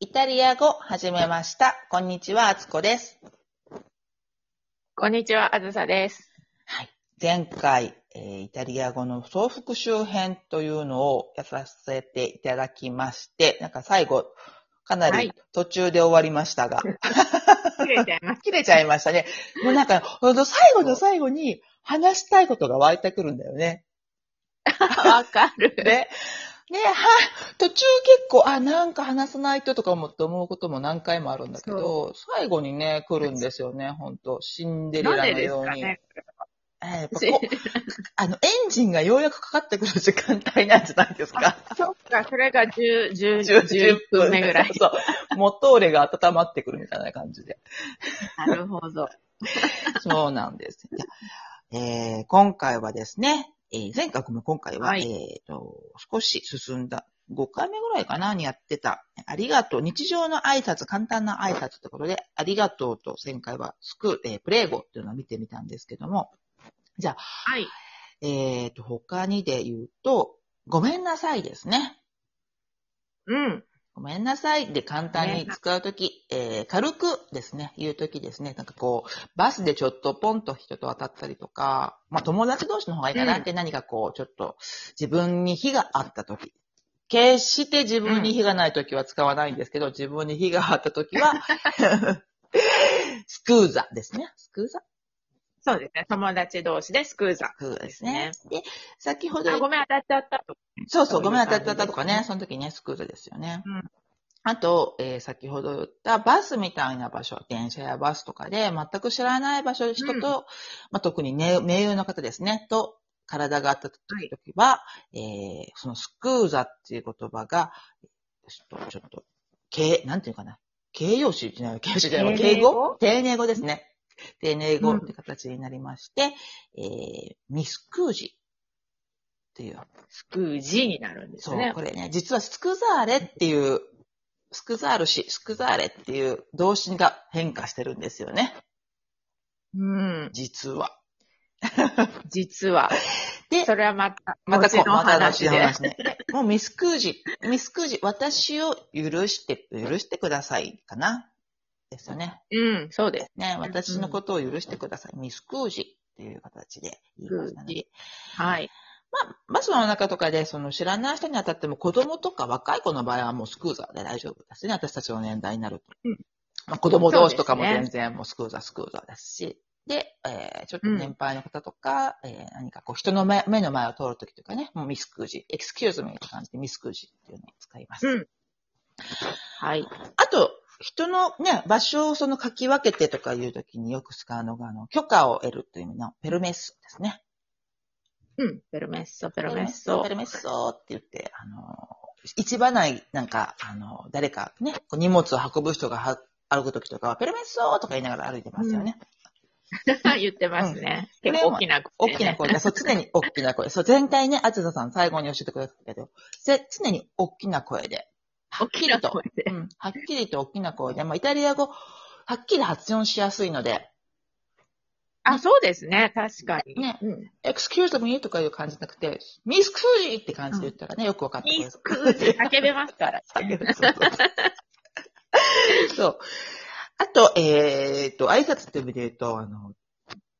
イタリア語始めました。こんにちは、あつこです。こんにちは、あずさです。前回、えーイタリア語の総復習編というのをやらせていただきまして、なんか最後、かなはりい途中で終わりました が、切れちゃいます。切れちゃいましたね。もうなんか、ほんと最後の最後に話したいことが湧いてくるんだよ ね。わかる。で、ね、は、途中結構、あ、なんか話さないととか思って思うことも何回もあるんだけど、最後にね、来るんですよね、ほんと。シンデレなラんのでですようかに。ね。えーやっぱこうあの、エンジンがようやくかかってくる時間帯なんじゃないですか。そっか、 それが10、10、 10。11分目ぐらいそうそう。モトーレが温まってくるみたいな感じで。なるほど。そうなんです。じゃあえー今回はですね、えー前回も今回は、はいえーと、少し進んだ、5回目ぐらいかなにやってた、ありがとう、日常の挨拶、簡単な挨拶ということで、ありがとうと前回は、すく、えープレー語っていうのを見てみたんですけども、はい。えーと、他にで言うと、ごめんなさいですね。うん。ごめんなさいで簡単に使うとき、えー、軽くですね、言うときですね、なんかこう、バスでちょっとポンと人と当たったりとか、まあ友達同士の方がいいかなって何かこう、ちょっと自分に火があったとき。決して自分に火がないときは使わないんですけど、自分に火があったとき は、スクーザですね。スクーザそうですね。友達同士でスクーザ。スクーザですね。で、先ほどあ、ごめん、当たっちゃったと。そうそう、ごめん、当たそうっいう感じた当たったとかですねね、その時ね、スクールですよね。うんあと、えー先ほど言ったバスみたいな場所、電車やバスとかで、全く知らない場所の人と、うんまあ、特に、ね、名誉の方ですね、と、体があった時は、えーそのスクーザっていう言葉が、ちょっと、ちょっと、形、なんていうかな。形容詞じゃない、形容詞じゃない、丁寧敬語語丁寧語ですね。丁寧語うんって形になりまして、えーミスクージっていうスクージになるんですそう、ね。これね、実はスクザーレっていう、スクザール氏、スクザーレっていう動詞が変化してるんですよね。うん。実は。実は。でそれはまた、またこ後う、のまた話話で。話ね。 もうミスクージ、ミスクージ、私を許して、許してくださいかな。ですよね。うん、そうです。ね、私のことを許してください。ミスクージっていう形で言いましたね。はい。バスの中とかで、その知らない人に当たっても子供とか若い子の場合はもうスクーザーで大丈夫ですね。私たちの年代になると。うんまあ、子供同士とかもそうで全すね然もうスクーザー、スクーザーですし。で、えーちょっとうん年配の方とか、えー何かこう人の目目の前を通るときとかね、もうミスクージ、エクスキューズメイって感じでミスクージっていうのを使います。うんはい。あと、人のね、場所をその書き分けてとかいうときによく使うのが、あの、許可を得るという意味のペルメッソですね。うん。ペルメッソ、ペペルメッソペ。ルメッソって言って、あの、市場内、なんか、あの、誰かね、こう荷物を運ぶ人がは歩くときとかは、ペルメッソとか言いながら歩いてますよね。 言ってますね。結構大きな声で大きな声で、そう、常に大きな声。そう、前回ね、あつささん最後に教えてくださったけど、せ常に大きな声で。は大っききりなと声。でう。ん、はっきりと大きな声で、まあ、イタリア語、はっきり発音しやすいので、あ、そうですね。確かに。ねうん、 excuse me とかいう感じじゃなくて、ミスクージーって感じで言ったらね、よくわかってくれミるスクージ叫べますから、ね。そう。あと、えっ、と、挨拶っていう意味で言うと、あの、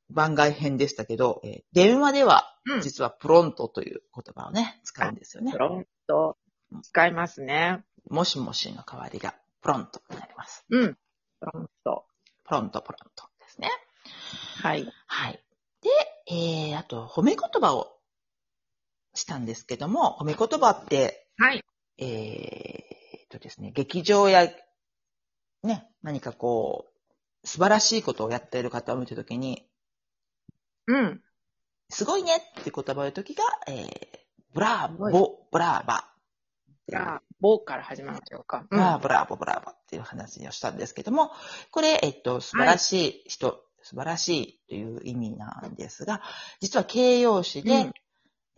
番外編でしたけど、えー電話では、うん。実はプロントという言葉をね、使うんですよねプ。ロント使いますね。もしもしの代わりが、プロントになります。うん。プロント。プロント、プロントですね。はい。はい。で、えー、あと、褒め言葉をしたんですけども、褒め言葉って、はい。えーっとですね、劇場や、ね、何かこう、素晴らしいことをやっている方を見たときに、うん。すごいねって言葉を言うときが、えー、ブラーすごボ、いブラーバ。じゃあ、棒から始めましょうか。ブラーブラーボ、ブラーバっていう話をしたんですけども、これ、えっと、素晴らしい人、素晴らしいという意味なんですが、実は形容詞で、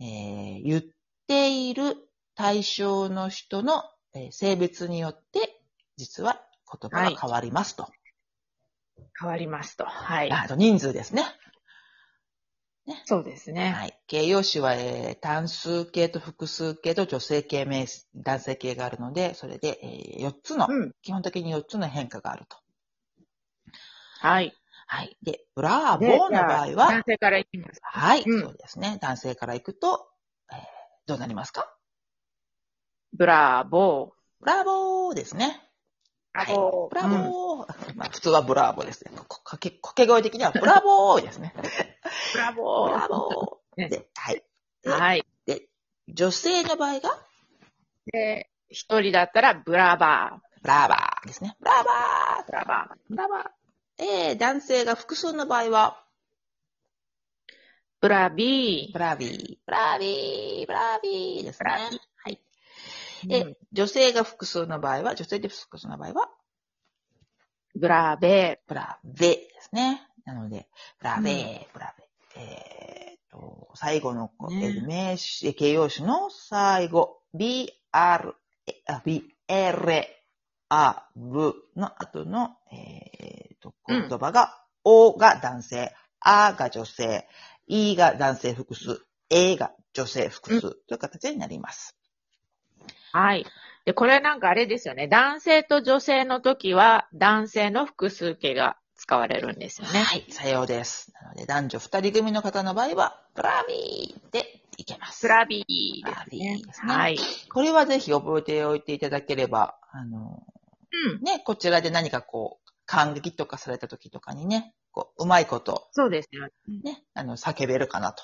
えー言っている対象の人の、えー性別によって、実は言葉が変わりますと。変わりますと。はい。ああと人数ですね。そうですね。はい。形容詞は、えー単数形と複数形と女性形名詞、男性形があるので、それで、え4つの、うん。基本的に4つの変化があると。はい。はい。で、ブラでボーのじゃ場あ合は男、性からいきます。はい、うんそうですね。男性から行くと、えーどうなりますかブラボー。ブラボーですね。ブラボー。はい、ブラボー。まあ、普通はブラボーですね。こかけ、掛け声的にはブラボーですね。ー。ブラブボラー。ボー。で、はい。ではい。女性の場合が、で、一人だったらブラバブラバーですね。ブラバー。ブラバー。ブラバー。ー。えー、男性が複数の場合は、ブラビブラビー、ブラビー、ブラビーですブラね。はい。ー。えうん女性が複数の場合は、女性で複数の場合は、ブラベブラベですね。なので、ブラベ、うんブラベ。えーっと、最後の、こうね名詞、形容詞の最後、b, r, a, b, r, a, v の後の、えーっと、うん言葉が、o が男性、a が女性、e が男性複数、a が女性複数という形になります。ー。はい。で、これなんかあれですよね。男性と女性の時は、男性の複数形が使われるんですよね。はい、さようです。なので、男女二人組の方の場合は、ブラビーでいけます。ブラビーですね。ブラビーですねはい。これはぜひ覚えておいていただければ、あの、うん。ね、こちらで何かこう、感激とかされた時とかにね、こう、うまいこと、そうですよね。ね、あの、叫べるかなと。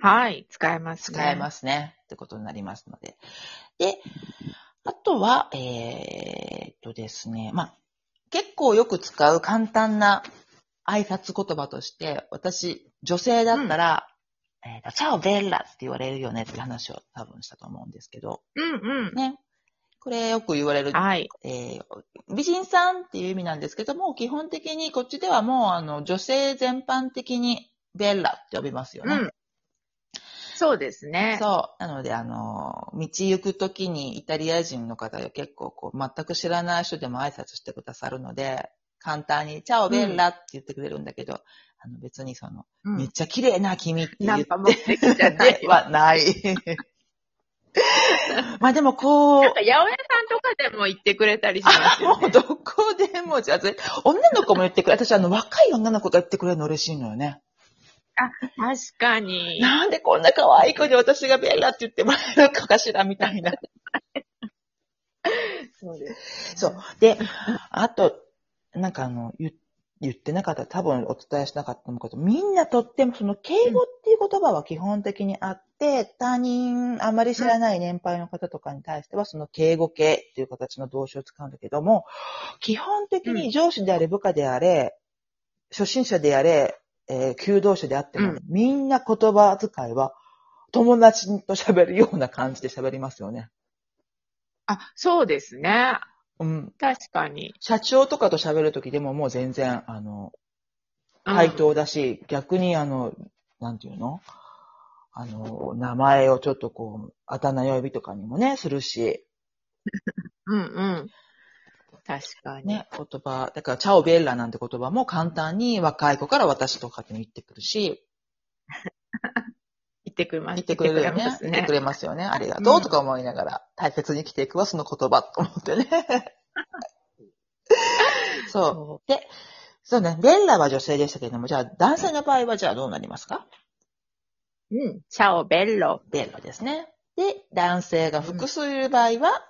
はい。使えますね。使えますね。ってことになりますので。で、あとは、えーっとですね、まあ、結構よく使う簡単な挨拶言葉として、私、女性だったら、えーっと、チャオベッラって言われるよねって話を多分したと思うんですけど、うんうん。ね。これよく言われるはい。えー美人さんっていう意味なんですけども、基本的にこっちではもうあの女性全般的にベッラって呼びますようね。ん。そうですね。そう。なので、あの、道行くときにイタリア人の方が結構こう、全く知らない人でも挨拶してくださるので、簡単に、チャオベッラって言ってくれるんだけど、あの別にその、うんめっちゃ綺麗な君って言なっんてか目的じゃない。ではない。 まあでもこう なん、か、八百屋さんとかでも行ってくれたりしますよ、ね。もうどこでもじゃあ、ぜ女の子も言ってくれ、私あの若い女の子が言ってくれるの嬉しいのよね。確かに。なんでこんな可愛い子に私がベッラって言ってもらえるのかしらみたいな。そうです。そう。で、あと、なんかあの、言言ってなかった、多分お伝えしなかったと思うけど、みんなとってもその敬語っていう言葉は基本的にあって、他人、あまり知らない年配の方とかに対しては、その敬語系っていう形の動詞を使うんだけども、基本的うに上司であれ、部下であれ、初心者であれ、えー、求道者であっても、うんみんな言葉遣いは、友達と喋るような感じで喋りますよね。あ、そうですね。うん。確かに。社長とかと喋るときでももう全然、あの、うん対等だし、逆にあの、なんていうのあの、名前をちょっとこう、あだ名呼びとかにもね、するし、うんうん。確かに。ね、言葉、だから、チャオベッラなんて言葉も簡単に若い子から私とかって言ってくるし、行ってくれます。言ってくれるよね。言ってくれますよね。ありがとうとか思いながら、大切に来ていくわ、その言葉と思って ね。そう。そで、そうね、ベッラは女性でしたけれども、じゃあ男性の場合はじゃあどうなりますかう。うん。チャオベッロ。ベッロですね。で、男性が複数いる場合は、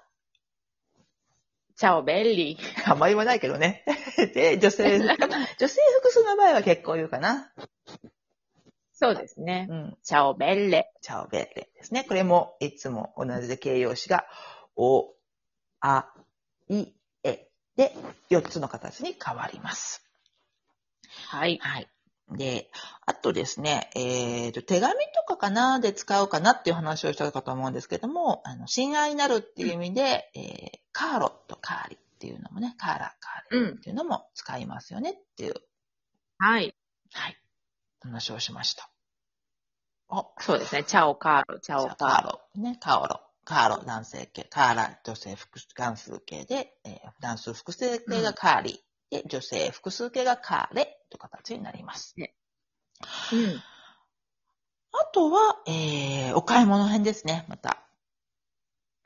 チャオベッリ。 あんまり言わないけどね。 で、女 性、女性複数の場合は結構言うかな。 そうですね。うん。チャオベッレ。チャオベッレですね。これもいつも同じで形容詞が、お、あ、い、えで、4つの形に変わります。はい。はい。で、あとですね、えっ、と、手紙とかかなで使うかなっていう話をしたかと思うんですけども、あの、親愛なるっていう意味で、えーカーロとカーリっていうのもね、カーラ、カーリっていうのも使いますよねっていう、はい。はい、話をしました。あ、そうですね。チャオカーロ、チャオカーカロ、ね、カオロ、カーロ、男性系、カーラ、女性複数、男数系で、えー男数複数系がカーリ、で、女性複数系がカーレという形になります。ねうん。あとは、えー、お買い物編ですね、また。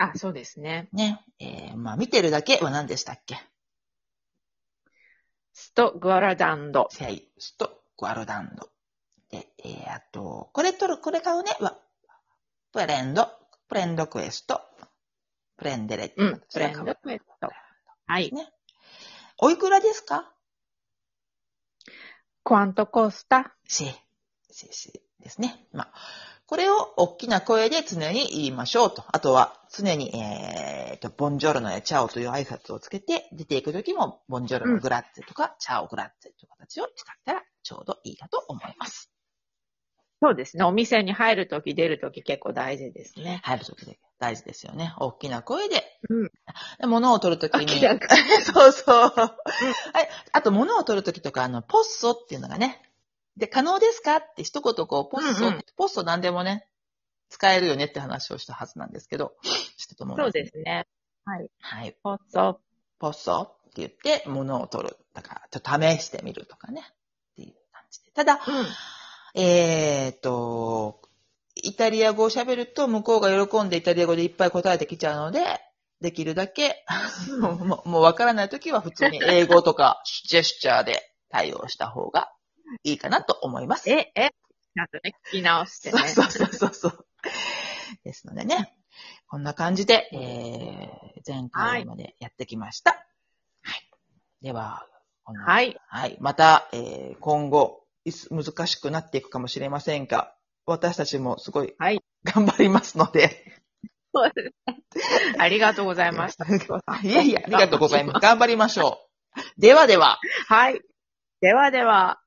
あ、そうですね。ね。えー、まあ、見てるだけは何でしたっけスト・グアラダンド。セイスとグアルダンド。で、えー、あと、これ取る、これ買うねは、プレンド、プレンドクエスト、プレンデレット。うん。それは買うクエット。はい。おいくらですかクワントコースタ。シェ、シェ、シェですね。まあ、これを大きな声で常に言いましょうと。あとは、常に、えーと、ボンジョルノやチャオという挨拶をつけて、出ていくときも、ボンジョルうノんグラッツェとか、チャオグラッツェという形を使ったら、ちょうどいいかと思います。そうですね。お店に入るとき、出るとき結構大事ですね。入るときで大事ですよね。大きな声で。うんで物を取るとき大きなに。 そうそう。はい。あと、物を取るときとか、あの、ポッソっていうのがね。で、可能ですかって一言こう、ポッソ、うんうんポッソなんでもね、使えるよねって話をしたはずなんですけど、したと思います。そうですね。はい。はい。放送。ポッソって言って、物を取る。だから、ちょっと試してみるとかね。っていう感じで。ただ、うん。えー、と、イタリア語を喋ると向こうが喜んでイタリア語でいっぱい答えてきちゃうので、できるだけ、 もうもうもうわからないときは普通に英語とかジェスチャーで対応した方がいいかなと思います。え、え、ちゃんとね、聞き直してね。そうそうそうそう。ですのでね、こんな感じで、えー、前回までやってきました。はい。では、こんなはい。はい。また、えー今後、いつ難しくなっていくかもしれませんが、私たちもすごい、はい頑張りますので。そうですね。 ありがとうございました。 いやいや、ありがとうございます。頑張りましょう。ではでは。はい。ではでは。